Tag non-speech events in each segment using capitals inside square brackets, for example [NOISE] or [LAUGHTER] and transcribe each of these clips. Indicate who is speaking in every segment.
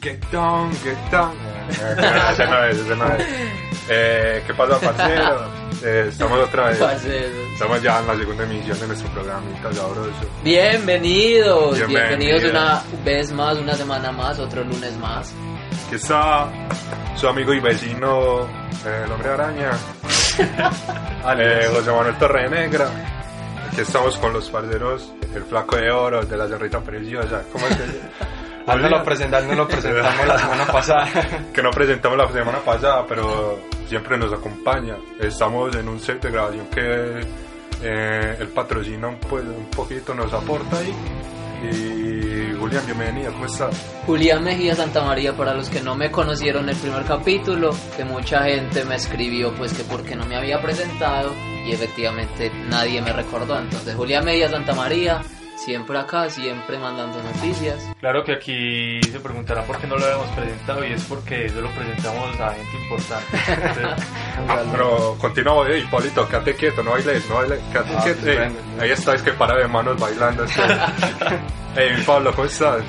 Speaker 1: que está. ese no es, ese no es. Eh, ¿Qué pasa, parcero? Eh, estamos otra vez.
Speaker 2: Parceros.
Speaker 1: Estamos ya en la segunda emisión de nuestro programita sabroso.
Speaker 2: Bienvenidos,
Speaker 1: Bienvenidos.
Speaker 2: bienvenidos una vez más, una semana más, otro lunes más.
Speaker 1: Aquí está su amigo y vecino, eh, el hombre araña, eh, José Manuel Torrenegra. Aquí estamos con los parceros, el flaco de oro, de la cerrita preciosa. ¿Cómo es que
Speaker 3: Ah, no lo presentan, no lo presentamos
Speaker 4: [LAUGHS]
Speaker 3: la semana pasada.
Speaker 1: que no presentamos la semana pasada, pero siempre nos acompaña. Estamos en un set de grabación que eh, el patrocino pues, un poquito nos aporta ahí. Y Julián, bienvenido, ¿cómo estás?
Speaker 2: Julián Mejía Santa María, para los que no me conocieron el primer capítulo, que mucha gente me escribió pues que porque no me había presentado y efectivamente nadie me recordó. Entonces Julián Mejía Santa María, siempre acá, siempre mandando noticias.
Speaker 4: Claro que aquí se preguntarán por qué no lo habíamos presentado y es porque solo presentamos a gente
Speaker 3: [LAUGHS]
Speaker 4: importante. Entonces,
Speaker 1: Pero continuamos, eh, Hipólito, quédate quieto, no bailes, no bailes, quédate
Speaker 3: Ah,
Speaker 1: quieto.
Speaker 3: sí,
Speaker 1: eh.
Speaker 3: bueno, sí.
Speaker 1: ahí está, es que para de manos bailando.
Speaker 3: [LAUGHS]
Speaker 1: es que- Ey, Pablo, ¿cómo estás?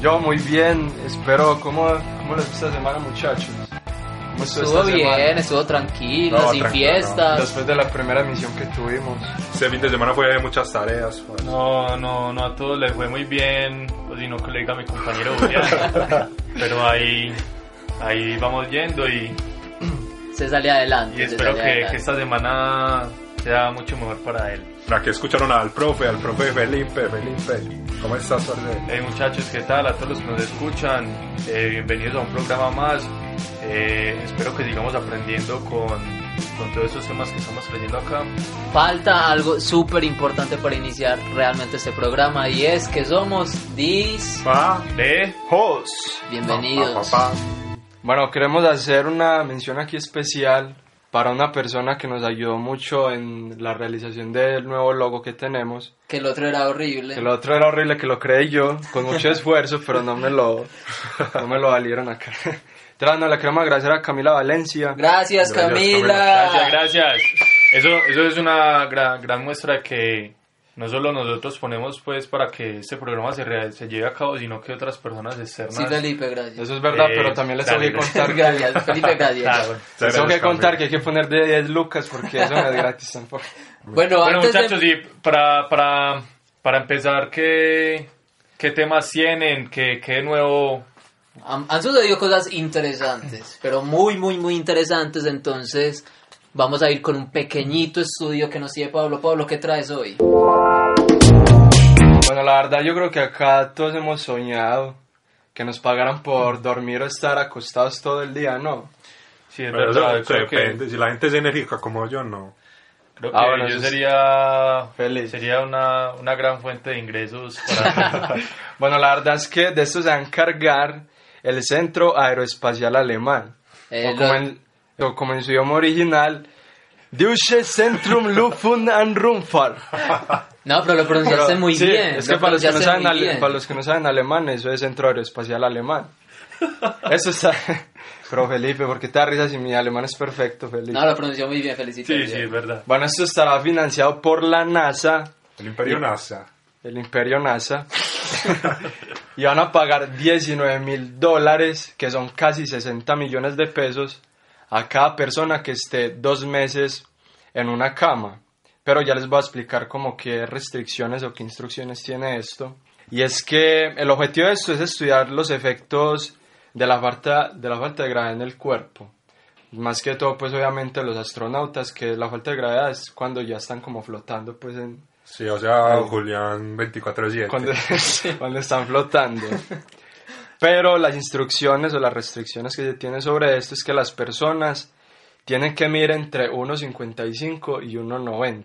Speaker 3: Yo muy bien, espero. ¿Cómo, cómo les fue esta semana, muchachos? ¿Cómo estuvo
Speaker 2: Estuvo
Speaker 3: esta
Speaker 2: bien,
Speaker 3: semana?
Speaker 2: estuvo tranquilo,
Speaker 1: No,
Speaker 2: sin
Speaker 1: tranquilo, no.
Speaker 2: fiestas.
Speaker 3: Después de la primera misión que tuvimos.
Speaker 1: Este fin de semana fue de muchas tareas. pues.
Speaker 4: no, no, no a todos les fue muy bien, o si no que le diga a mi compañero
Speaker 3: [LAUGHS]
Speaker 4: Julián. Pero ahí, ahí vamos yendo y,
Speaker 2: Se sale adelante.
Speaker 4: y
Speaker 2: se
Speaker 4: espero
Speaker 2: sale
Speaker 4: que,
Speaker 2: adelante.
Speaker 4: que esta semana sea mucho mejor para él.
Speaker 1: Aquí escucharon al profe, al profe Felipe, Felipe. ¿Cómo estás, Felipe?
Speaker 4: Hey muchachos, ¿qué tal? A todos los que nos escuchan, eh, bienvenidos a un programa más. Eh, espero que sigamos aprendiendo con, con todos estos temas que estamos trayendo acá.
Speaker 2: Falta algo súper importante para iniciar realmente este programa y es que somos dis...
Speaker 1: Pa,
Speaker 4: De
Speaker 1: Jos.
Speaker 2: Bienvenidos.
Speaker 1: Pa, pa, pa,
Speaker 3: Bueno, queremos hacer una mención aquí especial para una persona que nos ayudó mucho en la realización del nuevo logo que tenemos.
Speaker 2: Que el otro era horrible.
Speaker 3: El otro era horrible que lo creé yo, con
Speaker 2: [LAUGHS]
Speaker 3: mucho esfuerzo, pero no me lo, no me lo valieron acá. [LAUGHS] Entonces, no, le queremos agradecer a Camila Valencia.
Speaker 2: Gracias,
Speaker 1: Gracias,
Speaker 2: Camila.
Speaker 4: Gracias, gracias. Eso, eso es una gran, gran muestra de que no solo nosotros ponemos pues para que este programa se, rea- se lleve a cabo, sino que otras personas externas.
Speaker 2: Sí, Felipe, gracias.
Speaker 3: Eso es verdad,
Speaker 4: Eh,
Speaker 3: pero también les tengo
Speaker 4: dale,
Speaker 3: que
Speaker 4: dale.
Speaker 2: [LAUGHS]
Speaker 3: contar que
Speaker 2: Gracias, [LAUGHS] Felipe,
Speaker 4: Ah,
Speaker 2: gracias.
Speaker 4: bueno.
Speaker 1: Muchas
Speaker 3: tengo que
Speaker 1: gracias,
Speaker 3: contar que
Speaker 1: Camila.
Speaker 3: hay que poner de 10 lucas porque eso no es gratis tampoco.
Speaker 2: Bueno,
Speaker 4: Bueno,
Speaker 2: antes de-
Speaker 4: muchachos, y para, para, para empezar, ¿qué, ¿qué temas tienen? ¿Qué, qué nuevo?
Speaker 2: han, han sucedido cosas interesantes, pero muy, muy, muy interesantes. Entonces, vamos a ir con un pequeñito estudio que nos sigue Pablo. Pablo, ¿qué traes hoy?
Speaker 3: Bueno, la verdad yo creo que acá todos hemos soñado que nos pagaran por dormir o estar acostados todo el día, ¿no.
Speaker 4: Sí, es
Speaker 1: Pero
Speaker 4: verdad,
Speaker 1: eso
Speaker 4: creo
Speaker 1: depende,
Speaker 4: que,
Speaker 1: si la gente es enérgica como yo, no.
Speaker 4: creo
Speaker 3: Ah,
Speaker 4: que
Speaker 3: bueno,
Speaker 4: yo
Speaker 3: eso es-
Speaker 4: sería,
Speaker 3: Feliz.
Speaker 4: sería una, una gran fuente de ingresos para...
Speaker 3: Bueno, la verdad es que de esto se va a encargar el Centro Aeroespacial Alemán.
Speaker 2: Eh,
Speaker 3: o, como
Speaker 2: lo-
Speaker 3: en, o como en su idioma original, Deutsche Zentrum Luftfunk and Rundfahrt.
Speaker 2: No, pero lo pronunciaste
Speaker 3: Pero,
Speaker 2: Pues muy
Speaker 3: sí,
Speaker 2: bien.
Speaker 3: Es
Speaker 2: lo
Speaker 3: que para los que, no
Speaker 2: pronunciaste
Speaker 3: saben
Speaker 2: muy
Speaker 3: ale-
Speaker 2: bien.
Speaker 3: para los que no saben alemán, eso es centro
Speaker 2: [LAUGHS]
Speaker 3: aeroespacial alemán. Eso está. [LAUGHS] Pero Felipe, ¿por qué te da risa si mi alemán es perfecto, Felipe?
Speaker 2: No, lo pronunció muy bien,
Speaker 4: Sí,
Speaker 2: felicitaciones.
Speaker 4: sí, es verdad.
Speaker 3: Bueno, esto estará financiado por la NASA,
Speaker 1: El imperio NASA.
Speaker 3: el imperio NASA, y van a pagar 19 mil dólares, que son casi 60 millones de pesos, a cada persona que esté dos meses en una cama. Pero ya les voy a explicar como qué restricciones o qué instrucciones tiene esto. Y es que el objetivo de esto es estudiar los efectos de la falta de, la falta de gravedad en el cuerpo. Más que todo, pues obviamente los astronautas, que la falta de gravedad es cuando ya están como flotando pues en,
Speaker 1: Sí, o sea, Julián 24-7.
Speaker 2: [LAUGHS]
Speaker 3: cuando, [LAUGHS] cuando están flotando. Pero las instrucciones o las restricciones que se tienen sobre esto es que las personas tienen que medir entre 1,55 y 1,90.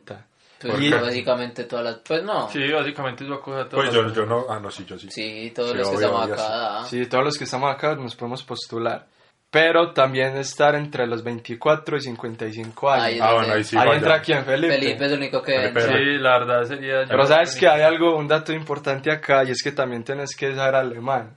Speaker 2: Pues
Speaker 3: ¿Por
Speaker 2: sí,
Speaker 3: qué?
Speaker 2: básicamente todas las... Pues no. Sí,
Speaker 4: Sí, básicamente es una cosa de todas
Speaker 1: Pues
Speaker 4: las
Speaker 1: yo,
Speaker 4: cosas.
Speaker 1: yo no. Ah, no, sí, yo sí.
Speaker 2: todos
Speaker 1: Sí,
Speaker 2: los que
Speaker 1: obvio,
Speaker 2: estamos
Speaker 1: obvio,
Speaker 2: acá. ah.
Speaker 3: Sí, todos los que estamos acá nos podemos postular. Pero también estar entre los 24 y 55 años.
Speaker 2: Ahí
Speaker 3: Ahí,
Speaker 1: Ah, bueno, ahí sí. vaya.
Speaker 3: entra quien, Felipe.
Speaker 2: Felipe es el único que...
Speaker 1: Felipe.
Speaker 2: entra.
Speaker 4: Sí, la verdad sería...
Speaker 3: Pero sabes que hay algo, un dato importante acá, y es que también tienes que saber alemán.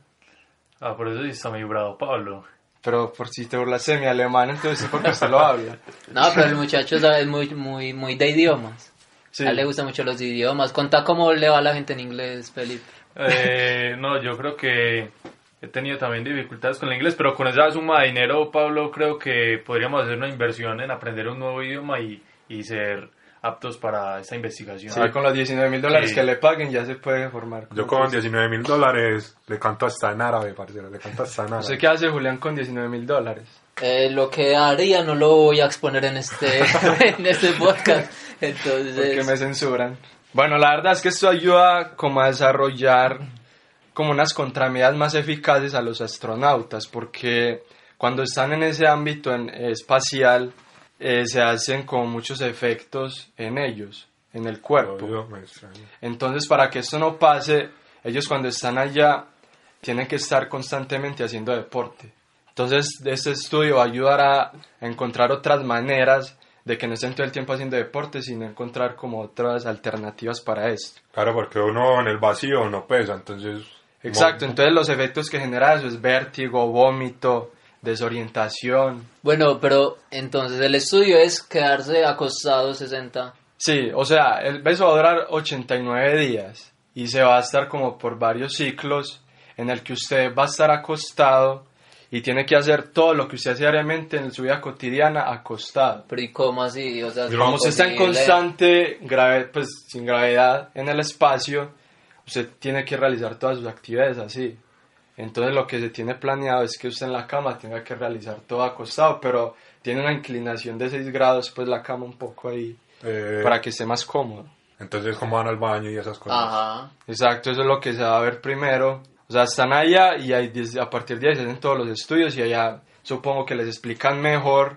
Speaker 4: Ah, por eso sí está muy bravo Pablo.
Speaker 3: Pero por si te burlas de mi alemán, entonces sí porque usted lo habla.
Speaker 2: No, pero el muchacho sabe muy, muy, muy de idiomas.
Speaker 3: Sí.
Speaker 2: A él le gustan mucho los
Speaker 4: [LAUGHS]
Speaker 2: idiomas. Contá cómo le va a la gente en inglés, Felipe.
Speaker 4: Eh, no, yo creo que He tenido también dificultades con el inglés, pero con esa suma de dinero, Pablo, creo que podríamos hacer una inversión en aprender un nuevo idioma y, y ser aptos para esta investigación. Ah,
Speaker 3: Sí, con los 19 mil dólares
Speaker 4: Sí.
Speaker 3: que le paguen ya se puede formar.
Speaker 1: Yo con 19 mil dólares le canto hasta en árabe, parcero, le canto hasta en
Speaker 3: No sé
Speaker 1: árabe.
Speaker 3: qué hace Julián con 19 mil dólares.
Speaker 2: Eh, lo que haría no lo voy a exponer en
Speaker 3: [LAUGHS]
Speaker 2: este, [LAUGHS] en este podcast.
Speaker 3: Porque
Speaker 2: Entonces,
Speaker 3: me censuran. Bueno, la verdad es que esto ayuda como a desarrollar como unas contramedidas más eficaces a los astronautas, porque cuando están en ese ámbito en- espacial eh, se hacen como muchos efectos en ellos, en el cuerpo.
Speaker 1: Yo me extraño.
Speaker 3: Entonces, para que esto no pase, ellos cuando están allá tienen que estar constantemente haciendo deporte. Entonces, este estudio va a ayudar a encontrar otras maneras de que no estén todo el tiempo haciendo deporte, sino encontrar como otras alternativas para esto.
Speaker 1: Claro, porque uno en el vacío no pesa, entonces...
Speaker 3: Exacto, entonces los efectos que genera eso es vértigo, vómito, desorientación.
Speaker 2: bueno, pero entonces el estudio es quedarse acostado 60.
Speaker 3: Sí, o sea, el beso va a durar 89 días y se va a estar como por varios ciclos en el que usted va a estar acostado y tiene que hacer todo lo que usted hace diariamente en su vida cotidiana acostado.
Speaker 2: Pero ¿y cómo así? O sea,
Speaker 1: Pero
Speaker 3: Como usted está en
Speaker 2: posible.
Speaker 3: constante, grave, pues sin gravedad en el espacio, usted tiene que realizar todas sus actividades así. Entonces lo que se tiene planeado es que usted en la cama tenga que realizar todo acostado, pero tiene una inclinación de 6 grados, pues la cama un poco ahí,
Speaker 1: Eh,
Speaker 3: para que esté más cómodo.
Speaker 1: Entonces, ¿cómo van al baño y esas cosas?
Speaker 2: Ajá.
Speaker 3: Exacto, eso es lo que se va a ver primero. O sea, están allá y ahí des- a partir de ahí se hacen todos los estudios y allá supongo que les explican mejor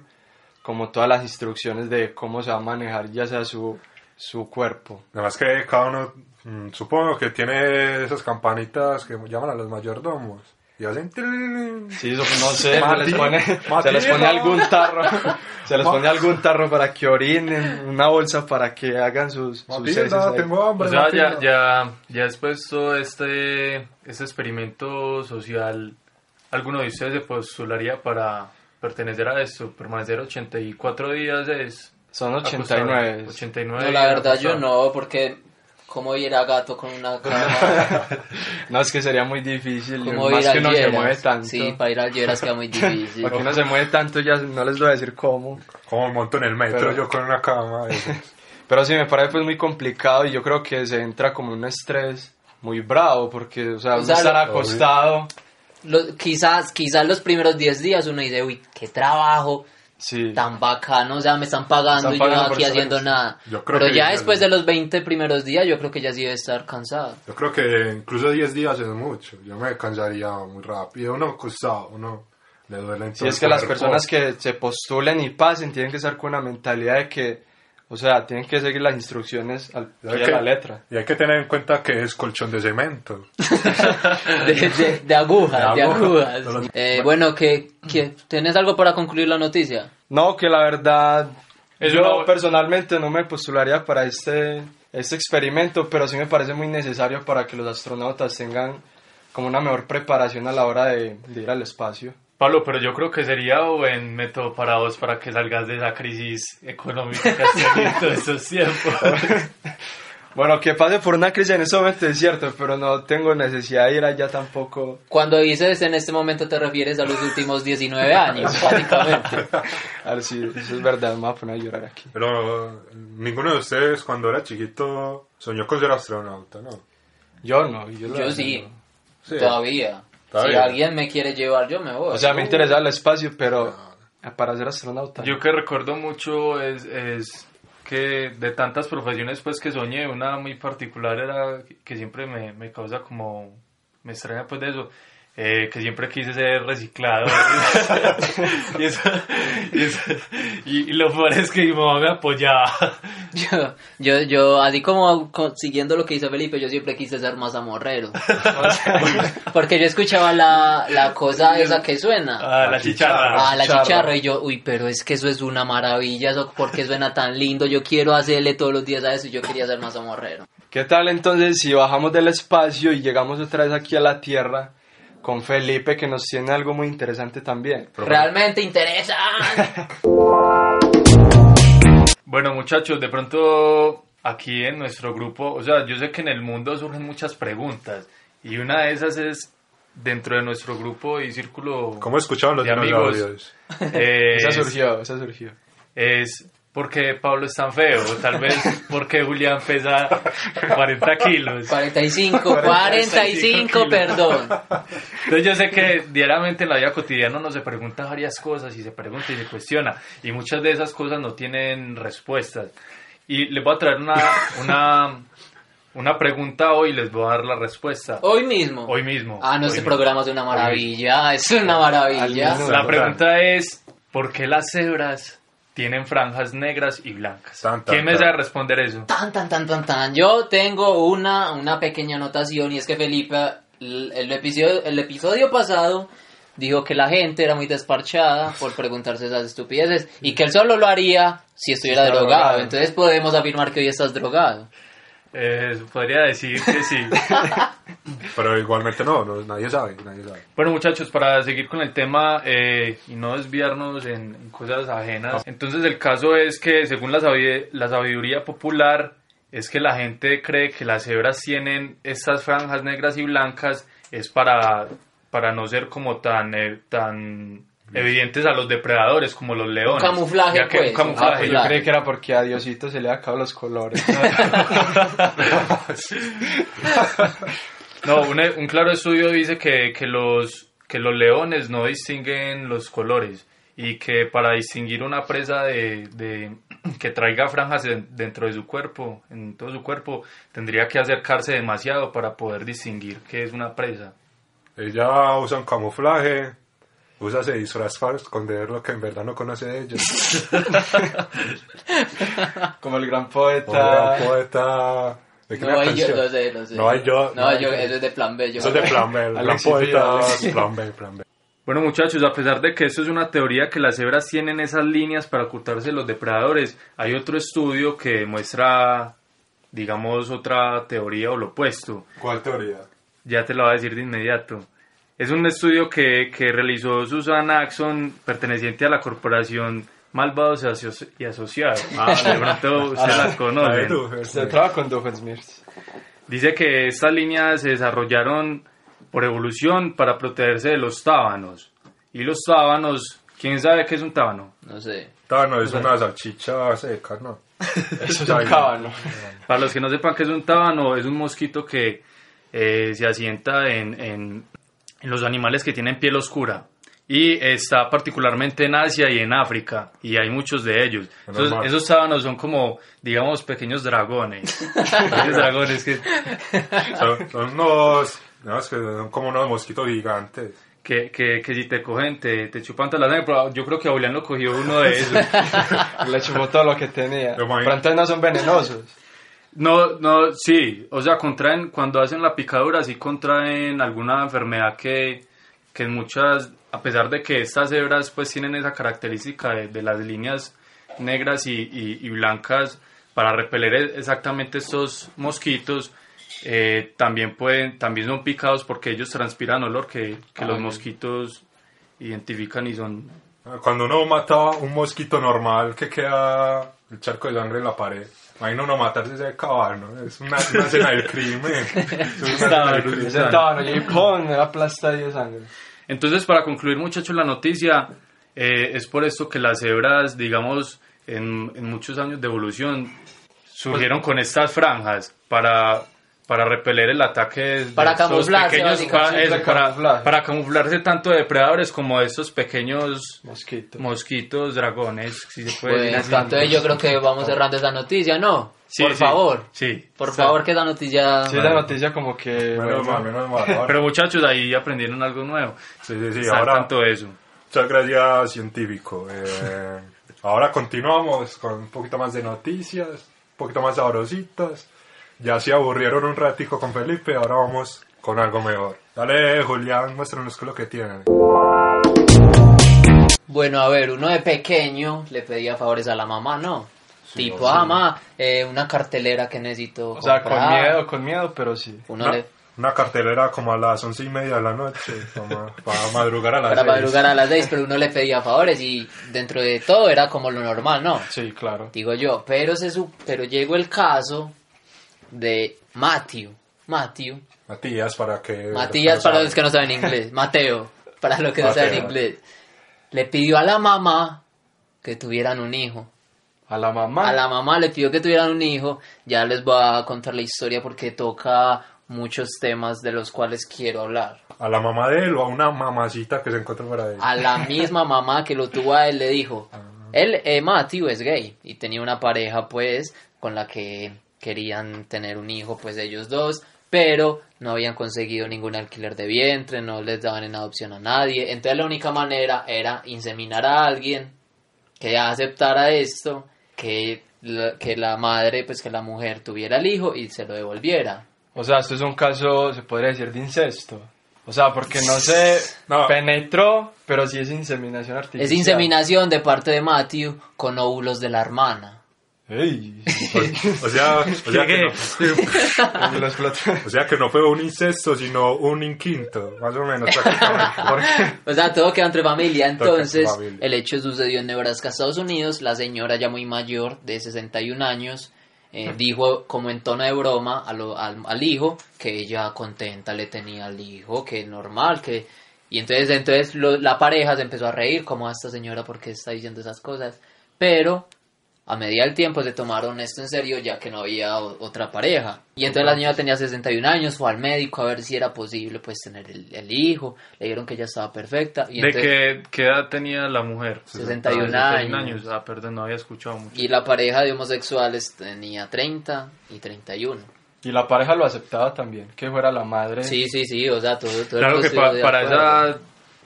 Speaker 3: como todas las instrucciones de cómo se va a manejar ya sea su, su cuerpo.
Speaker 1: Nada más que cada uno, mm, supongo que tiene esas campanitas que llaman a los mayordomos. Y hacen... trilín.
Speaker 3: Sí, eso, no sé, se
Speaker 1: Mati-
Speaker 3: les pone, se les
Speaker 1: Matilda.
Speaker 3: pone algún tarro, se les pone algún tarro para que orinen, una bolsa para que hagan sus, sus heces
Speaker 1: Matilda,
Speaker 3: ahí.
Speaker 1: tengo
Speaker 4: O
Speaker 1: hambre.
Speaker 4: sea, ya,
Speaker 1: Matilda.
Speaker 4: ya, ya después todo este, este experimento social, ¿alguno de ustedes se postularía para pertenecer a esto? Permanecer 84 días es...
Speaker 3: Son
Speaker 4: acostado.
Speaker 3: 89.
Speaker 4: 89
Speaker 2: No, la
Speaker 4: días
Speaker 2: verdad yo
Speaker 4: acostado.
Speaker 2: no, porque ¿cómo ir a gato con
Speaker 3: [LAUGHS]
Speaker 2: una cama?
Speaker 3: No, es que sería muy difícil,
Speaker 2: ¿Cómo
Speaker 3: más
Speaker 2: ir a
Speaker 3: que uno se
Speaker 2: Lleras?
Speaker 3: mueve tanto.
Speaker 2: Sí, para ir a Lleras
Speaker 3: [LAUGHS]
Speaker 2: queda muy difícil.
Speaker 3: Porque uno se mueve tanto, ya no les voy a decir cómo.
Speaker 1: Como me monto en el metro
Speaker 3: Pero-
Speaker 1: yo con una cama. eso.
Speaker 3: Pero sí, me parece pues muy complicado y yo creo que se entra como un estrés muy bravo porque, o sea,
Speaker 2: O
Speaker 3: uno
Speaker 2: sea,
Speaker 3: estar
Speaker 2: lo-
Speaker 3: acostado,
Speaker 2: Los- quizás, quizás los primeros 10 días uno dice, uy, qué trabajo
Speaker 3: sí.
Speaker 2: tan bacano, o sea, me están pagando
Speaker 3: Están
Speaker 2: y yo
Speaker 3: pagando por
Speaker 2: aquí
Speaker 3: estar
Speaker 2: haciendo
Speaker 3: aquí.
Speaker 2: nada.
Speaker 1: Yo creo
Speaker 2: Pero
Speaker 1: que
Speaker 2: ya
Speaker 1: ya
Speaker 2: después
Speaker 1: sí.
Speaker 2: de los 20 primeros días yo creo que ya sí debe estar
Speaker 3: [LAUGHS]
Speaker 2: cansado.
Speaker 1: [LAUGHS] Yo creo que incluso 10 días es mucho. Yo me cansaría muy rápido. Uno acostado, uno le duele en
Speaker 3: Si
Speaker 1: todo
Speaker 3: es
Speaker 1: el
Speaker 3: que las
Speaker 1: cuerpo.
Speaker 3: personas que se postulen y pasen tienen que estar con una mentalidad de que, o sea, tienen que seguir las instrucciones al pie
Speaker 1: ¿Sabe
Speaker 3: de
Speaker 1: qué?
Speaker 3: la letra.
Speaker 1: Y hay que tener en cuenta que es colchón de cemento.
Speaker 2: De, de- de agujas, de
Speaker 1: De agujas.
Speaker 2: agujas. Eh, bueno, que, que ¿tienes algo para concluir la noticia?
Speaker 3: No, que la verdad,
Speaker 4: Es
Speaker 3: yo
Speaker 4: una bu-
Speaker 3: personalmente no me postularía para este, este experimento, pero sí me parece muy necesario para que los astronautas tengan como una mejor preparación a la hora de- de ir al espacio.
Speaker 4: Pablo, pero yo creo que sería buen método para vos para que salgas de esa crisis económica que has tenido en estos tiempos.
Speaker 3: Bueno, que pase por una crisis en ese momento es cierto, pero no tengo necesidad de ir allá tampoco.
Speaker 2: Cuando dices en este momento te refieres a los últimos 19
Speaker 3: [LAUGHS]
Speaker 2: años, básicamente.
Speaker 3: A ver si eso es verdad, me voy a poner a llorar aquí.
Speaker 1: Pero ninguno de ustedes cuando era chiquito soñó con ser astronauta, ¿no?
Speaker 3: Yo no, yo, la
Speaker 2: Yo
Speaker 3: verdad
Speaker 2: sí,
Speaker 3: no.
Speaker 1: Sí.
Speaker 2: todavía. Si
Speaker 1: Todavía.
Speaker 2: alguien me quiere llevar, yo me voy.
Speaker 3: O sea, me interesaba el espacio, pero para ser astronauta.
Speaker 4: Yo que recuerdo mucho es, es que de tantas profesiones pues que soñé, una muy particular era que siempre me, me causa como, me extraña pues de eso, eh, que siempre quise ser reciclado. [LAUGHS] y, eso- y, eso- y- y lo peor es que mi mamá me apoyaba.
Speaker 2: [LAUGHS] Yo, yo, yo, así como co- siguiendo lo que hizo Felipe, yo siempre quise ser más amorrero. [LAUGHS] Porque yo escuchaba la, la cosa esa que suena.
Speaker 4: Ah, la chicharra.
Speaker 2: Ah, la
Speaker 3: chicharra.
Speaker 2: chicharra. Y yo, uy, pero es que eso es una maravilla, eso porque suena tan lindo. Yo quiero hacerle todos los días a eso y yo quería ser más amorrero.
Speaker 3: ¿Qué tal entonces si bajamos del espacio y llegamos otra vez aquí a la Tierra con Felipe que nos tiene algo muy interesante también?
Speaker 1: Pero-
Speaker 2: Realmente interesa.
Speaker 4: Bueno muchachos, de pronto aquí en nuestro grupo, o sea, yo sé que en el mundo surgen muchas preguntas y una de esas es dentro de nuestro grupo y círculo
Speaker 1: ¿Cómo escuchaban los
Speaker 4: de amigos.
Speaker 1: dinosaurios?
Speaker 4: eh,
Speaker 3: Esa surgió, esa surgió.
Speaker 4: es porque Pablo es tan feo, o tal vez porque Julián pesa 40 kilos.
Speaker 2: 45, 45,
Speaker 4: kilos.
Speaker 2: perdón.
Speaker 4: Entonces yo sé que diariamente en la vida cotidiana uno se pregunta varias cosas y se pregunta y se cuestiona y muchas de esas cosas no tienen respuestas. Y les voy a traer una, una, una pregunta hoy y les voy a dar la respuesta
Speaker 2: Hoy mismo.
Speaker 4: hoy mismo.
Speaker 2: Ah, no,
Speaker 4: hoy
Speaker 2: este
Speaker 4: mismo.
Speaker 2: programa es una maravilla, es una maravilla.
Speaker 3: Al menos.
Speaker 4: La pregunta es, ¿por qué las cebras tienen franjas negras y blancas?
Speaker 1: Tan, tan,
Speaker 4: ¿Quién me
Speaker 1: tan.
Speaker 4: sabe responder eso?
Speaker 2: Tan, tan, tan, tan, tan. Yo tengo una, una pequeña anotación y es que Felipe, el, el episodio, el episodio pasado, dijo que la gente era muy desparchada por preguntarse esas estupideces y que él solo lo haría si estuviera
Speaker 3: Está
Speaker 2: drogado.
Speaker 3: drogado.
Speaker 2: Entonces podemos afirmar que hoy estás drogado.
Speaker 4: Eh, podría decir que sí.
Speaker 1: Pero igualmente no, no, nadie sabe, nadie sabe.
Speaker 4: Bueno, muchachos, para seguir con el tema eh, y no desviarnos en, en cosas ajenas, entonces el caso es que según la, sabi- la sabiduría popular es que la gente cree que las cebras tienen estas franjas negras y blancas es para, para no ser como tan, eh, tan evidentes a los depredadores como los leones.
Speaker 2: camuflaje,
Speaker 4: ya que
Speaker 2: pues,
Speaker 4: un
Speaker 2: un
Speaker 4: camuflaje.
Speaker 3: Yo creí que era porque a Diosito se le habían acabado
Speaker 2: [LAUGHS]
Speaker 3: los colores.
Speaker 4: No, un, un claro estudio dice que, que, los, que los leones no distinguen los colores y que para distinguir una presa de, de- que traiga franjas en- dentro de su cuerpo, en todo su cuerpo, tendría que acercarse demasiado para poder distinguir que es una presa.
Speaker 1: Ella usa un camuflaje, usa ese disfraz para esconder lo que en verdad no conoce de [LAUGHS] ellos.
Speaker 3: Como el gran
Speaker 1: Hola,
Speaker 3: poeta.
Speaker 1: poeta. ¿De qué
Speaker 2: No
Speaker 1: era
Speaker 2: hay yo,
Speaker 1: canción?
Speaker 2: no sé, no sé.
Speaker 1: No hay yo,
Speaker 2: No,
Speaker 1: no hay
Speaker 2: yo,
Speaker 1: yo.
Speaker 2: eso es de plan B. yo-
Speaker 1: Eso es de plan [LAUGHS] B, plan
Speaker 3: Alexis Vidal,
Speaker 1: poeta,
Speaker 3: Alexis.
Speaker 1: plan B, plan B.
Speaker 4: Bueno muchachos, a pesar de que esto es una teoría que las cebras tienen esas líneas para ocultarse de los depredadores, hay otro estudio que muestra, digamos, otra teoría o lo opuesto.
Speaker 1: ¿Cuál teoría?
Speaker 4: Ya te lo voy a decir de inmediato. Es un estudio que, que realizó Susana Axon, perteneciente a la corporación Malvados y Aso- y Asociados. Ah, de pronto ustedes las conocen.
Speaker 3: Se traba con Doofensmirz.
Speaker 4: Dice que estas líneas se desarrollaron por evolución para protegerse de los tábanos. Y los tábanos, ¿quién sabe qué es un tábano?
Speaker 2: No sé.
Speaker 1: Tano es una salchicha seca, ¿no?
Speaker 3: Eso es
Speaker 1: Ay,
Speaker 3: un
Speaker 1: no.
Speaker 3: cábano.
Speaker 4: Para los que no sepan qué es un tábano, es un mosquito que eh, se asienta en, en- en los animales que tienen piel oscura. Y está particularmente en Asia y en África, y hay muchos de ellos.
Speaker 1: Menos
Speaker 4: Esos-
Speaker 1: mal.
Speaker 4: esos tábanos son como, digamos, pequeños dragones. pequeños dragones que,
Speaker 1: Son, son unos, no, es que son como unos mosquitos gigantes.
Speaker 4: que, que- que si te cogen, te, te chupan toda la sangre. Pero yo creo que a Julián lo cogió uno de esos.
Speaker 3: Le chupó todo lo que tenía.
Speaker 1: Pero, man.
Speaker 3: Pero entonces no
Speaker 1: [LAUGHS]
Speaker 3: son venenosos.
Speaker 4: No, no, sí, o sea, contraen, cuando hacen la picadura, sí contraen alguna enfermedad que, que en muchas, a pesar de que estas hebras pues tienen esa característica de, de las líneas negras y, y- y blancas para repeler e- exactamente estos mosquitos, eh, también pueden, también son picados porque ellos transpiran olor que, que los
Speaker 2: Ay.
Speaker 4: mosquitos identifican y son...
Speaker 1: Cuando uno mata un mosquito normal que queda el charco de sangre en la pared, imagina uno matarse ese caballo, es una, una escena del crimen. [LAUGHS] Es una escena del crimen.
Speaker 3: Ese tábano, y pon, aplasta de sangre.
Speaker 4: Entonces, para concluir, muchachos, la noticia eh, es por esto que las hebras, digamos, en, en muchos años de evolución,
Speaker 2: Pues
Speaker 4: surgieron con estas franjas para, para repeler el ataque de
Speaker 2: Para
Speaker 4: estos
Speaker 2: camuflarse,
Speaker 4: pequeños,
Speaker 2: básicamente.
Speaker 4: pa- eso, para,
Speaker 3: Camuflaje.
Speaker 4: para camuflarse tanto de depredadores como de estos pequeños
Speaker 3: Mosquito.
Speaker 4: mosquitos, dragones, si se puede decir
Speaker 2: Pues,
Speaker 4: así.
Speaker 2: entonces yo creo que vamos cerrando esa noticia, ¿no?
Speaker 4: Sí,
Speaker 2: Por
Speaker 4: sí,
Speaker 2: favor.
Speaker 4: Sí.
Speaker 2: Por favor, que esa noticia...
Speaker 3: Sí, la noticia como que.
Speaker 1: Menos
Speaker 3: bueno,
Speaker 1: mal, menos mal. Ahora-
Speaker 4: Pero muchachos, ahí aprendieron algo nuevo.
Speaker 1: sí, sí, sí,
Speaker 4: Están
Speaker 1: ahora,
Speaker 4: tanto eso.
Speaker 1: muchas gracias, científico. Eh, ahora continuamos con un poquito más de noticias, un poquito más sabrositas. Ya se aburrieron un ratico con Felipe, ahora vamos con algo mejor. Dale, Julián, muéstranos qué es lo que tiene.
Speaker 2: Bueno, a ver, uno de pequeño le pedía favores a la mamá, ¿no? tipo,
Speaker 1: no, sí.
Speaker 2: ah, ma, eh, una cartelera que necesito
Speaker 3: O sea, con
Speaker 2: comprar".
Speaker 3: miedo, con miedo, pero sí.
Speaker 2: Uno
Speaker 1: Una,
Speaker 2: le...
Speaker 1: una cartelera como a las once y media de la noche, como para madrugar a las
Speaker 2: Para
Speaker 1: seis.
Speaker 2: madrugar a las 6, pero uno le pedía favores y dentro de todo era como lo normal, ¿no?
Speaker 3: Sí, claro.
Speaker 2: Digo yo, pero, se su- pero llegó el caso de Matthew, Matthew.
Speaker 1: Matías, para que.
Speaker 2: Matías, para los que
Speaker 1: saben.
Speaker 2: no saben inglés. Mateo, para los que no
Speaker 1: Mateo.
Speaker 2: saben inglés. Le pidió a la mamá que tuvieran un hijo.
Speaker 3: A la mamá.
Speaker 2: A la mamá le pidió que tuvieran un hijo. Ya les voy a contar la historia porque toca muchos temas de los cuales quiero hablar.
Speaker 1: A la mamá de él o a una mamacita que se encuentra fuera de él.
Speaker 2: A la misma mamá que lo tuvo a él le dijo, él, eh, Matthew es gay y tenía una pareja pues con la que querían tener un hijo pues ellos dos, pero no habían conseguido ningún alquiler de vientre, no les daban en adopción a nadie, entonces la única manera era inseminar a alguien que aceptara esto, que la, que la madre pues que la mujer tuviera el hijo y se lo devolviera.
Speaker 3: O sea, esto es un caso, se podría decir, de incesto. O sea, porque no se
Speaker 1: [LAUGHS] No.
Speaker 3: penetró, pero sí es inseminación artificial.
Speaker 2: Es inseminación de parte de Matthew con óvulos de la hermana.
Speaker 3: Ey,
Speaker 1: O sea, [LAUGHS] o sea que no,
Speaker 3: [LAUGHS] lo explotó.
Speaker 1: o sea que no fue un incesto, sino un inquinto, más o menos. prácticamente. [LAUGHS]
Speaker 2: [LAUGHS] O sea, todo queda entre familia.
Speaker 1: Todo queda
Speaker 2: Entonces,
Speaker 1: entre familia.
Speaker 2: el hecho sucedió en Nebraska, Estados Unidos. La señora ya muy mayor, de 61 años, eh, dijo como en tono de broma a lo- al, al hijo que ella contenta le tenía al hijo, que normal, que... Y entonces, entonces lo- la pareja se empezó a reír, como a esta señora, porque está diciendo esas cosas? Pero a medida del tiempo se tomaron esto en serio ya que no había o- otra pareja. Y entonces la señora tenía 61 años, fue al médico a ver si era posible pues tener el, el hijo, le dijeron que ella estaba perfecta. Y,
Speaker 4: ¿De
Speaker 2: entonces-
Speaker 4: qué, qué edad tenía la mujer? Pues,
Speaker 2: 61 años.
Speaker 4: Ah, perdón, no había escuchado mucho.
Speaker 2: y la pareja de homosexuales tenía 30 y 31.
Speaker 3: Y la pareja lo aceptaba también, que fuera la madre.
Speaker 2: Sí, sí, sí, o sea, todo, todo el
Speaker 4: Claro
Speaker 2: mundo
Speaker 4: que
Speaker 2: estuvo
Speaker 4: pa-
Speaker 2: pues, de
Speaker 4: para
Speaker 2: acuerdo.
Speaker 4: esa,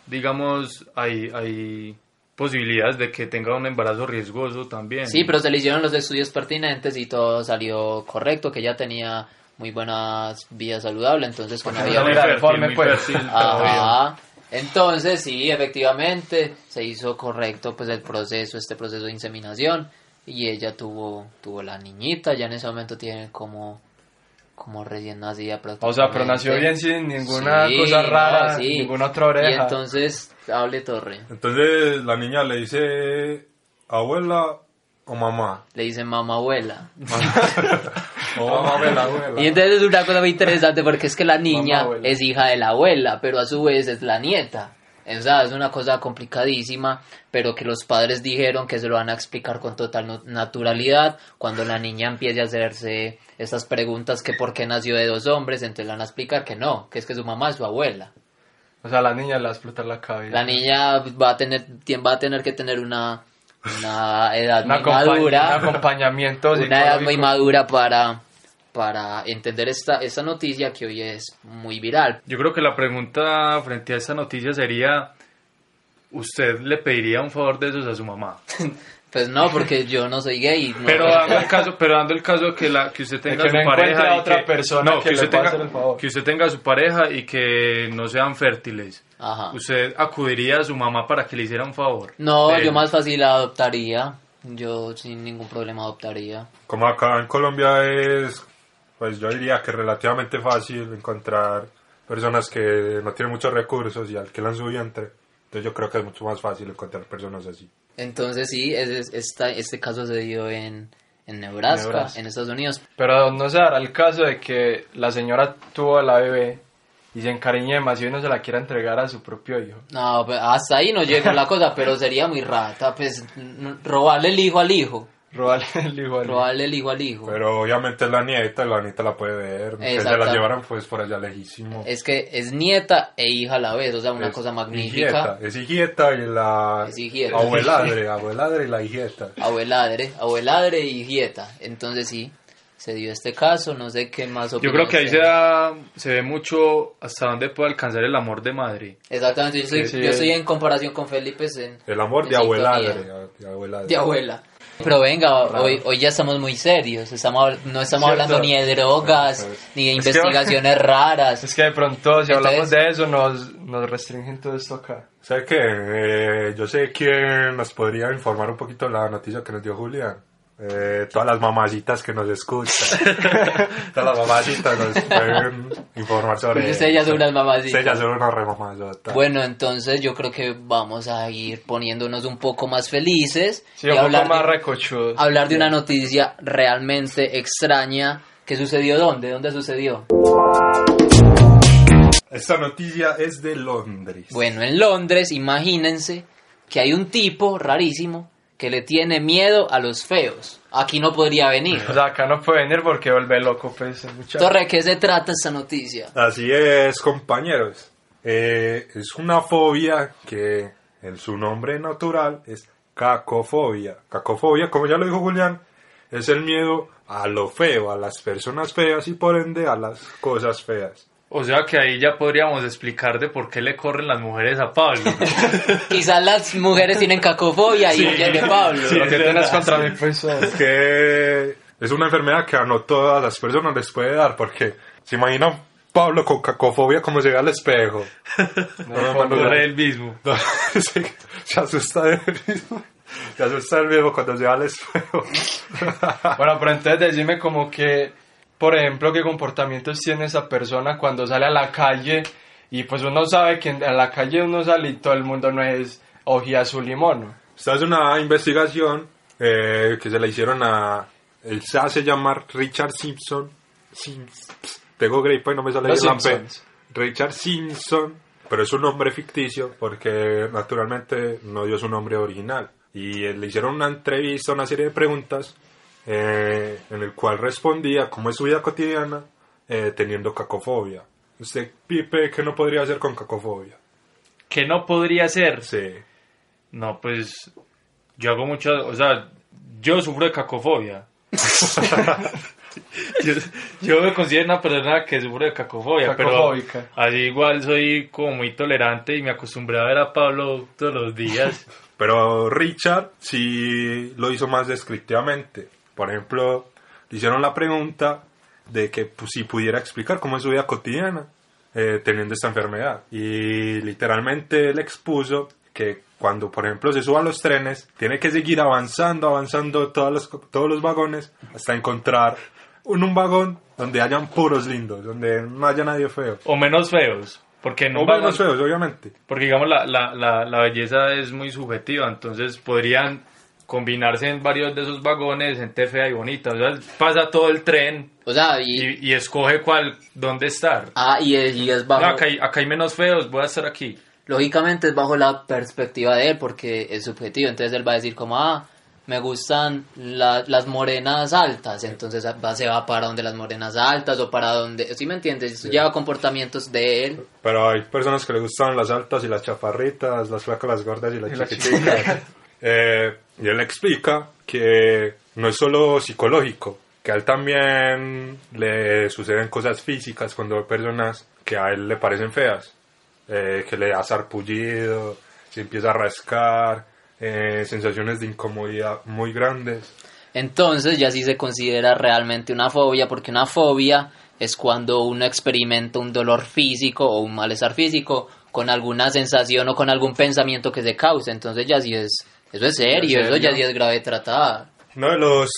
Speaker 4: digamos, hay, hay posibilidades de que tenga un embarazo riesgoso también.
Speaker 2: Sí, pero se le hicieron los estudios pertinentes y todo salió correcto, que ella tenía muy buenas vías saludables, entonces cuando
Speaker 4: Muy
Speaker 3: no
Speaker 2: había
Speaker 3: le
Speaker 4: fértil,
Speaker 3: deforme,
Speaker 4: muy
Speaker 3: pues.
Speaker 4: fértil todavía.
Speaker 2: Ajá. Entonces, sí, efectivamente, se hizo correcto pues el proceso, este proceso de inseminación. Y ella tuvo, tuvo la niñita, ya en ese momento tiene como, como recién nacida
Speaker 3: O sea, pero nació bien
Speaker 2: prácticamente.
Speaker 3: sin ninguna
Speaker 2: Sí,
Speaker 3: cosa
Speaker 2: no,
Speaker 3: rara,
Speaker 2: sí.
Speaker 3: ninguna otra oreja.
Speaker 2: Y entonces, hable Torre,
Speaker 1: Entonces la niña le dice abuela o mamá.
Speaker 2: le dice mamá
Speaker 3: [LAUGHS]
Speaker 2: abuela.
Speaker 1: O mamá de la Oh, abuela.
Speaker 2: Y entonces es una cosa muy interesante porque es que la niña
Speaker 3: abuela.
Speaker 2: es hija de la abuela, pero a su vez es la nieta. O sea, es una cosa complicadísima, pero que los padres dijeron que se lo van a explicar con total no- naturalidad cuando la niña empiece a hacerse estas preguntas que por qué nació de dos hombres, entonces le van a explicar que no, que es que su mamá es su abuela.
Speaker 3: O sea, la niña le va a explotar la cabeza.
Speaker 2: La niña va a tener, tien- va a tener que tener una, una edad
Speaker 3: Una
Speaker 2: muy
Speaker 3: acompa-
Speaker 2: madura
Speaker 3: Un acompañamiento
Speaker 2: una edad muy
Speaker 3: psicológico.
Speaker 2: madura para, para entender esta, esta noticia que hoy es muy viral.
Speaker 4: Yo creo que la pregunta frente a esa noticia sería, ¿usted le pediría un favor de esos a su mamá?
Speaker 2: Pues no, porque yo no soy gay. no-
Speaker 4: Pero dando el caso, pero dando el caso de que la que usted tenga
Speaker 3: que
Speaker 4: su
Speaker 3: no encuentre
Speaker 4: pareja
Speaker 3: a
Speaker 4: y
Speaker 3: otra
Speaker 4: que-
Speaker 3: persona
Speaker 4: no,
Speaker 3: que le
Speaker 4: usted
Speaker 3: pueda
Speaker 4: tenga
Speaker 3: hacer el favor.
Speaker 4: que usted tenga su pareja y que no sean fértiles.
Speaker 2: Ajá.
Speaker 4: ¿Usted acudiría a su mamá para que le hiciera un favor? Eh,
Speaker 2: No,
Speaker 4: De-
Speaker 2: yo más fácil la adoptaría. Yo sin ningún problema adoptaría.
Speaker 1: Como acá en Colombia es, pues yo diría que relativamente fácil encontrar personas que no tienen muchos recursos y alquilan su vientre. Entonces yo creo que es mucho más fácil encontrar personas así.
Speaker 2: Entonces sí, ese es, esta, este caso se dio en, en Nebraska,
Speaker 3: Nebraska.
Speaker 2: en Estados Unidos.
Speaker 3: Pero no se dará el caso de que la señora tuvo a la bebé y se encariñe demasiado y no se la quiera entregar a su propio hijo.
Speaker 2: No, pues, hasta ahí no llegó la cosa, pero sería muy rata. Pues n- robarle el hijo al hijo.
Speaker 3: Robarle [LAUGHS] el hijo al
Speaker 2: Robarle el hijo al hijo.
Speaker 1: Pero obviamente es la nieta, la nieta la puede ver, que se la
Speaker 2: Exacto.
Speaker 1: llevaran pues por allá lejísimo.
Speaker 2: Es que es nieta e hija a la vez, o sea, una
Speaker 1: Es
Speaker 2: cosa magnífica.
Speaker 1: hijieta, Es hijieta y la
Speaker 2: Es hijieta. [LAUGHS]
Speaker 1: abueladre, abueladre y la hijieta.
Speaker 2: Abueladre, abueladre y hijieta. Entonces sí, se dio este caso, no sé qué más
Speaker 4: Yo creo
Speaker 2: opiniones
Speaker 4: que ahí se,
Speaker 2: tengan.
Speaker 4: da- se ve mucho hasta dónde puede alcanzar el amor de madre.
Speaker 2: Exactamente, yo estoy,
Speaker 3: Sí, sí.
Speaker 2: yo estoy en comparación con Felipe en...
Speaker 1: El amor
Speaker 2: en
Speaker 1: de abueladre,
Speaker 2: sintonía.
Speaker 1: de abueladre.
Speaker 2: De abuela. Pero venga, hoy, hoy ya estamos muy serios, estamos, habl- no estamos
Speaker 3: Cierto.
Speaker 2: hablando ni de drogas,
Speaker 1: Bueno, pues,
Speaker 2: ni de
Speaker 3: es que- [LAUGHS]
Speaker 2: investigaciones raras.
Speaker 3: Es que de pronto, si hablamos
Speaker 2: Entonces-
Speaker 3: de eso, nos, nos restringen todo esto acá.
Speaker 1: ¿Sabes qué? Eh, yo sé quién nos podría informar un poquito la noticia que nos dio Julián. Eh, todas las mamacitas que nos
Speaker 2: [LAUGHS]
Speaker 1: escuchan. [LAUGHS] todas las mamacitas nos pueden informar sobre
Speaker 2: Ustedes ya Pues son unas mamacitas.
Speaker 1: Ustedes ya son unas remamazotas.
Speaker 2: Bueno, entonces yo creo que vamos a ir poniéndonos un poco más felices
Speaker 3: Sí, un poco
Speaker 2: hablar de-
Speaker 3: más recochudo.
Speaker 2: hablar de una noticia realmente extraña ¿Qué sucedió dónde? ¿Dónde sucedió?
Speaker 1: Esta noticia es de Londres.
Speaker 2: Bueno, en Londres, imagínense que hay un tipo rarísimo que le tiene miedo a los feos. Aquí no podría venir.
Speaker 3: O sea, acá no puede venir porque vuelve loco, pues, el muchacho.
Speaker 2: Torre, ¿qué se trata esta noticia?
Speaker 1: Así es, compañeros. Eh, es una fobia que en su nombre natural es cacofobia. Cacofobia, como ya lo dijo Julián, es el miedo a lo feo, a las personas feas y por ende a las cosas feas.
Speaker 4: O sea que ahí ya podríamos explicar de por qué le corren las mujeres a
Speaker 3: [LAUGHS]
Speaker 4: Pablo.
Speaker 2: Quizás las mujeres tienen cacofobia y huyen de Pablo.
Speaker 3: Lo que tienes contra
Speaker 2: [LAUGHS]
Speaker 3: mí, pues,
Speaker 1: Es que es una enfermedad que a no todas las personas les puede dar porque se imaginan Pablo con cacofobia como llega al espejo. [LAUGHS]
Speaker 3: no,
Speaker 4: Corre él mismo.
Speaker 1: No, se, se asusta de [LAUGHS] él mismo. Se asusta el mismo cuando llega al espejo.
Speaker 3: Bueno, pero entonces decime como que, por ejemplo, qué comportamientos tiene esa persona cuando sale a la calle y pues uno sabe que en a la calle uno sale y todo el mundo no es ojía su limón.
Speaker 1: Esta es una investigación eh, que se la hicieron a. Él se hace llamar Richard Simpson. Sims- tengo gripa y no me sale
Speaker 3: Los
Speaker 1: bien la P.
Speaker 3: Simpsons.
Speaker 1: Richard Simpson, pero es un nombre ficticio porque naturalmente no dio su nombre original. Y eh, le hicieron una entrevista, una serie de preguntas eh, en el cual respondía cómo es su vida cotidiana eh, teniendo cacofobia. Usted, Pipe, ¿qué no podría hacer con cacofobia?
Speaker 4: ¿Qué no podría ser?
Speaker 1: Sí.
Speaker 4: No, pues yo hago muchas, o sea, yo sufro
Speaker 1: [LAUGHS]
Speaker 4: de cacofobia. yo, yo me considero una persona que sufre de cacofobia, pero
Speaker 3: Cacofóbica.
Speaker 4: así igual soy como muy tolerante y me acostumbré a ver a Pablo todos
Speaker 1: [LAUGHS]
Speaker 4: los días.
Speaker 1: Pero Richard sí lo hizo más descriptivamente. Por ejemplo, le hicieron la pregunta de que pues, si pudiera explicar cómo es su vida cotidiana eh, teniendo esta enfermedad. Y literalmente él expuso que cuando, por ejemplo, se suba a los trenes, tiene que seguir avanzando, avanzando todas las- todos los vagones hasta encontrar un, un vagón donde hayan puros lindos, donde no haya nadie feo.
Speaker 4: o menos feos, porque no
Speaker 1: O menos feos, obviamente.
Speaker 4: Porque digamos la, la, la, la belleza es muy subjetiva, entonces podrían combinarse en varios de esos vagones gente fea y bonita. O sea, pasa todo el tren
Speaker 2: O sea, y,
Speaker 4: y, y escoge cuál, dónde estar.
Speaker 2: ah, y, es, y es bajo.
Speaker 4: No, acá, hay, acá hay menos feos, voy a estar aquí.
Speaker 2: Lógicamente es bajo la perspectiva de él porque es subjetivo. Entonces él va a decir, como, ah, me gustan la- las morenas altas. Entonces va, se va para donde las morenas altas o para donde. ¿Sí me entiendes? Eso lleva comportamientos de él.
Speaker 1: Pero hay personas que les gustan las altas y las chaparritas, las flacas, las gordas y las
Speaker 3: Y las
Speaker 1: chiquiticas. [LAUGHS] Eh, y él explica que no es solo psicológico, que a él también le suceden cosas físicas cuando hay personas que a él le parecen feas, eh, que le da sarpullido, se empieza a rascar, eh, sensaciones de incomodidad muy grandes.
Speaker 2: Entonces ya sí se considera realmente una fobia, porque una fobia es cuando uno experimenta un dolor físico o un malestar físico con alguna sensación o con algún pensamiento que se cause. Entonces ya sí es, eso es serio,
Speaker 3: ¿En
Speaker 2: eso ya
Speaker 3: serio?
Speaker 2: sí es grave de tratar.
Speaker 1: Uno de los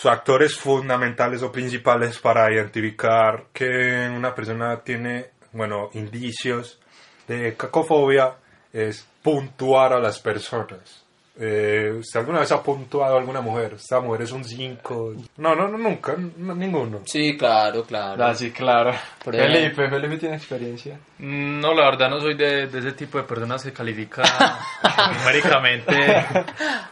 Speaker 1: factores fundamentales o principales para identificar que una persona tiene, bueno, indicios de cacofobia es puntuar a las personas. Eh, ¿Usted alguna vez ha puntuado a alguna mujer? Esta mujer es un 5. No, no, no, nunca, no, ninguno.
Speaker 2: Sí, claro, claro.
Speaker 3: Ah, sí, claro.
Speaker 2: Por
Speaker 3: Felipe, Felipe tiene experiencia.
Speaker 4: Mm, No, la verdad no soy de, de ese tipo de personas
Speaker 2: [LAUGHS]
Speaker 4: que califica numéricamente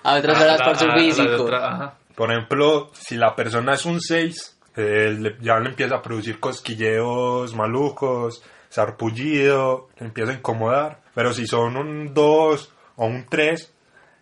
Speaker 2: A otras
Speaker 4: a
Speaker 2: horas
Speaker 4: Ah, la-
Speaker 2: por su
Speaker 4: a- a la de
Speaker 2: físico.
Speaker 4: otra, ajá.
Speaker 1: Por ejemplo, si la persona es un 6, eh, le- ya le empieza a producir cosquilleos malucos, sarpullido, le empieza a incomodar. Pero si son un 2 o un 3,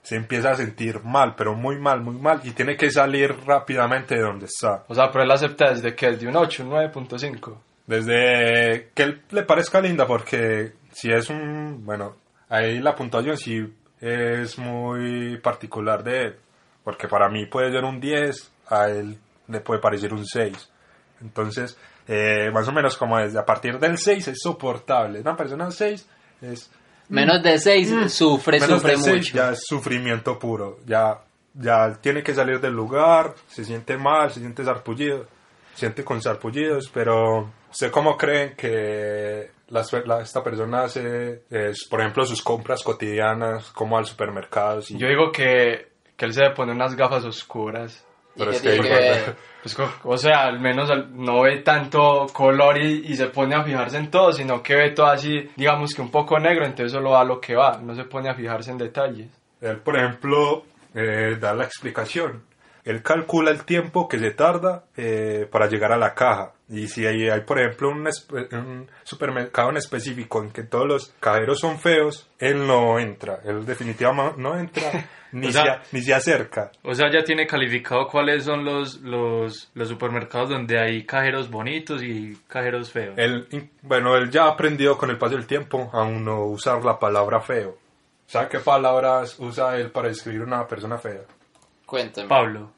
Speaker 1: se empieza a sentir mal, pero muy mal, muy mal, y tiene que salir rápidamente de donde está.
Speaker 3: O sea, pero él acepta desde que es de un 8, un 9.5.
Speaker 1: Desde que él le parezca linda, porque si es un. Bueno, ahí la puntuación sí es muy particular de él. Porque para mí puede ser un 10, a él le puede parecer un 6. Entonces, eh, más o menos como desde a partir del 6 es soportable. Una persona 6 es.
Speaker 2: Menos de seis sufre,
Speaker 1: menos
Speaker 2: sufre
Speaker 1: de
Speaker 2: mucho.
Speaker 1: seis ya es sufrimiento puro. Ya, ya tiene que salir del lugar, se siente mal, se siente sarpullido, se siente con sarpullidos, pero ¿usted cómo creen que las per- la- esta persona hace, es, por ejemplo, sus compras cotidianas, como al supermercado? si-
Speaker 3: Yo digo que, que él se debe poner unas gafas oscuras.
Speaker 1: Pero
Speaker 2: que
Speaker 1: es que ahí
Speaker 2: tiene que
Speaker 1: cuando-
Speaker 2: ver.
Speaker 3: Pues, co- o sea, al menos al- no ve tanto color y, y se pone a fijarse en todo, sino que ve todo así, digamos que un poco negro, entonces solo va a lo que va, no se pone a fijarse en detalles.
Speaker 1: Él, por ejemplo, eh, da la explicación. Él calcula el tiempo que se tarda eh, para llegar a la caja. Y si hay, hay, por ejemplo, un, espe- un supermercado en específico en que todos los cajeros son feos, él no entra. Él definitivamente no
Speaker 4: [LAUGHS]
Speaker 1: entra ni,
Speaker 4: O sea-
Speaker 1: se, a- ni se acerca.
Speaker 4: O sea, ya tiene calificado cuáles son los, los, los supermercados donde hay cajeros bonitos y cajeros feos.
Speaker 1: Él, in- bueno, él ya ha aprendido con el paso del tiempo a no usar la palabra feo. ¿Sabe qué palabras usa él para describir una persona fea?
Speaker 2: Cuéntame.
Speaker 4: Pablo.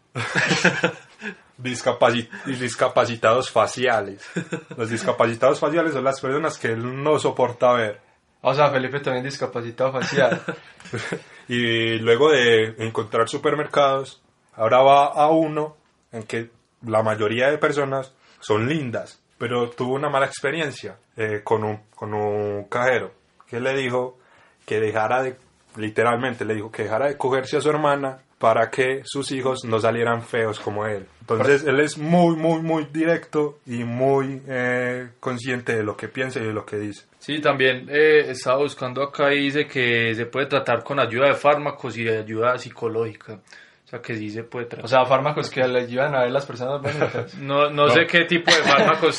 Speaker 1: Discapaci- y discapacitados faciales. Los discapacitados faciales son las personas que él no soporta ver.
Speaker 3: O sea, Felipe también
Speaker 1: [LAUGHS]
Speaker 3: discapacitado facial.
Speaker 1: Y luego de encontrar supermercados, ahora va a uno en que la mayoría de personas son lindas, pero tuvo una mala experiencia eh, con, un, con un cajero que le dijo que dejara de, literalmente le dijo que dejara de cogerse a su hermana para que sus hijos no salieran feos como él. Entonces él es muy, muy, muy directo y muy eh, consciente de lo que piensa y de lo que dice.
Speaker 4: Sí, también eh, estaba buscando acá y dice que se puede tratar con ayuda de fármacos y de ayuda psicológica. O sea, que sí se puede tratar.
Speaker 3: O sea, fármacos que le ayudan a ver las personas bonitas.
Speaker 4: no, no sé qué tipo de fármacos,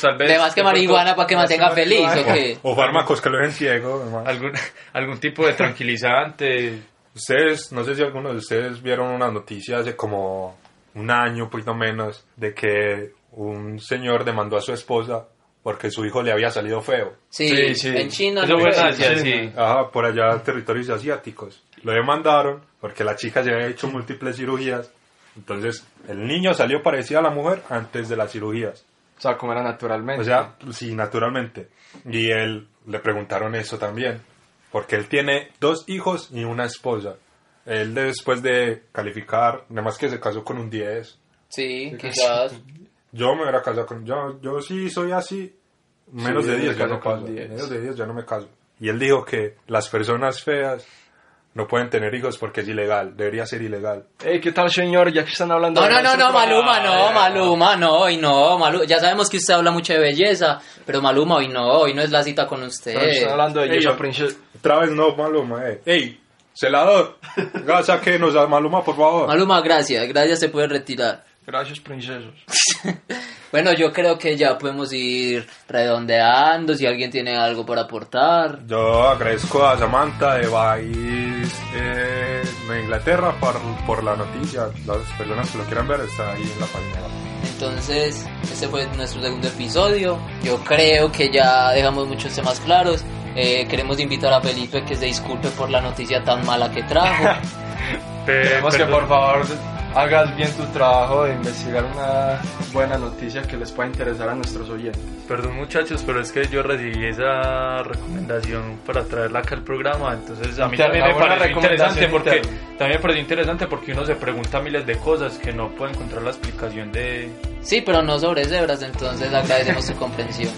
Speaker 2: [LAUGHS]
Speaker 4: tal vez.
Speaker 2: De más que marihuana para que mantenga feliz, ¿o
Speaker 1: O-
Speaker 2: qué?
Speaker 1: O, fármacos que lo ven ciego. hermano.
Speaker 4: Algún, [LAUGHS] algún tipo de tranquilizante.
Speaker 1: Ustedes, no sé si algunos de ustedes vieron una noticia hace como un año, un poquito menos, de que un señor demandó a su esposa porque su hijo le había salido feo.
Speaker 2: Sí,
Speaker 3: Sí, sí.
Speaker 2: en China [LAUGHS]
Speaker 4: Eso
Speaker 2: no
Speaker 4: fue en
Speaker 2: fue.
Speaker 4: Asia,
Speaker 3: Sí,
Speaker 4: sí.
Speaker 1: Ajá, por allá en territorios asiáticos. Lo demandaron porque la chica se había hecho múltiples cirugías. Entonces, el niño salió parecido a la mujer antes de las cirugías.
Speaker 3: O sea, como era naturalmente.
Speaker 1: O sea, sí, naturalmente. Y él le preguntaron eso también, porque él tiene dos hijos y una esposa. Él después de calificar, nada más que se casó con un 10.
Speaker 2: Sí, quizás.
Speaker 1: Yo me hubiera casado con yo, yo sí soy así. Menos
Speaker 3: Sí,
Speaker 1: de 10
Speaker 3: yo me
Speaker 1: ya
Speaker 3: caso
Speaker 1: no
Speaker 3: con
Speaker 1: caso.
Speaker 3: 10.
Speaker 1: Menos de 10 ya no me caso. Y él dijo que las personas feas no pueden tener hijos porque es ilegal, debería ser ilegal.
Speaker 3: Ey, ¿qué tal, señor? Ya que están hablando...
Speaker 2: No,
Speaker 3: de ah, eh,
Speaker 2: no, no, no,
Speaker 3: nuestro
Speaker 2: Maluma, no,
Speaker 3: programa.
Speaker 2: Maluma, no, hoy no, Maluma. Ya sabemos que usted habla mucho de belleza, pero Maluma, hoy no, hoy no es la cita con usted.
Speaker 3: Pero están hablando de
Speaker 2: eh,
Speaker 1: Ey,
Speaker 3: Yeso
Speaker 1: yo-
Speaker 3: Princess.
Speaker 1: Otra vez no, Maluma, eh. ¡Ey!
Speaker 3: [LAUGHS]
Speaker 1: ¡Celador! Gasa que nos da Maluma, por favor.
Speaker 2: Maluma, gracias, gracias, se puede retirar.
Speaker 3: Gracias, princesos.
Speaker 2: Bueno, yo creo que ya podemos ir redondeando, si alguien tiene algo para aportar.
Speaker 1: Yo agradezco a Samantha de Vice eh, de Inglaterra por, por la noticia. Las personas que lo quieran ver está ahí en la página.
Speaker 2: Entonces, este fue nuestro segundo episodio. Yo creo que ya dejamos muchos temas claros. Eh, queremos invitar a Felipe que se disculpe por la noticia tan mala que
Speaker 3: [LAUGHS]
Speaker 2: trajo.
Speaker 1: Eh,
Speaker 4: Pe-
Speaker 3: Queremos que,
Speaker 4: Eh, perdón.
Speaker 3: por favor, hagas bien tu trabajo de investigar una buena noticia que les pueda interesar a nuestros oyentes.
Speaker 4: Perdón muchachos, pero es que yo recibí esa recomendación para traerla acá al programa, entonces a mí
Speaker 3: Interna,
Speaker 4: también me
Speaker 3: buena
Speaker 4: pareció
Speaker 3: recomendación
Speaker 4: interesante porque
Speaker 3: interna.
Speaker 4: también me pareció interesante porque uno se pregunta miles de cosas que no puede encontrar la explicación de
Speaker 2: sí, pero no sobre cebras, entonces agradecemos su comprensión.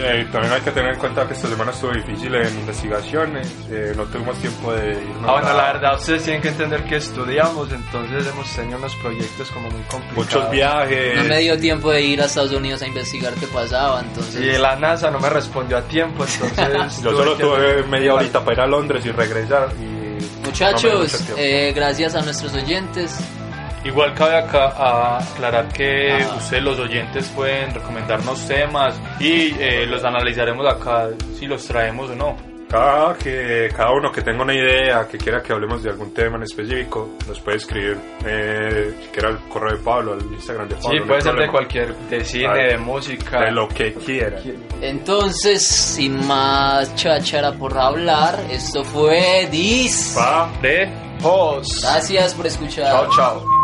Speaker 1: Eh, también hay que tener en cuenta que esta semana estuvo difícil en investigaciones. eh, no tuvimos tiempo de irnos
Speaker 3: Ah, bueno,
Speaker 1: a-
Speaker 3: la verdad, ustedes tienen que entender que estudiamos, entonces hemos tenido unos proyectos como muy complicados.
Speaker 1: Muchos viajes.
Speaker 2: No me dio tiempo de ir a Estados Unidos a investigar qué pasaba, entonces...
Speaker 3: Y la NASA no me respondió a tiempo,
Speaker 1: [LAUGHS]
Speaker 3: entonces...
Speaker 1: Yo solo
Speaker 3: que-
Speaker 1: tuve media horita para ir a Londres y regresar. Y no me dio mucho
Speaker 2: Muchachos,
Speaker 1: tiempo.
Speaker 2: eh, gracias a nuestros oyentes.
Speaker 4: Igual cabe acá a aclarar que
Speaker 2: Ajá.
Speaker 4: ustedes los oyentes pueden recomendarnos temas y eh, los analizaremos acá si los traemos o no.
Speaker 1: Cada, que, cada uno que tenga una idea, que quiera que hablemos de algún tema en específico, nos puede escribir, eh, si quiera, al correo de Pablo, al Instagram de Pablo.
Speaker 3: Sí,
Speaker 1: no hay
Speaker 3: puede ser de
Speaker 1: problema.
Speaker 3: cualquier, de cine,
Speaker 1: Ay,
Speaker 3: de música.
Speaker 1: De lo que quiera.
Speaker 2: Entonces, sin más cháchara por hablar, esto fue Dis.
Speaker 1: Pa.
Speaker 4: De
Speaker 3: Post.
Speaker 2: Gracias por escuchar.
Speaker 3: Chao, chao.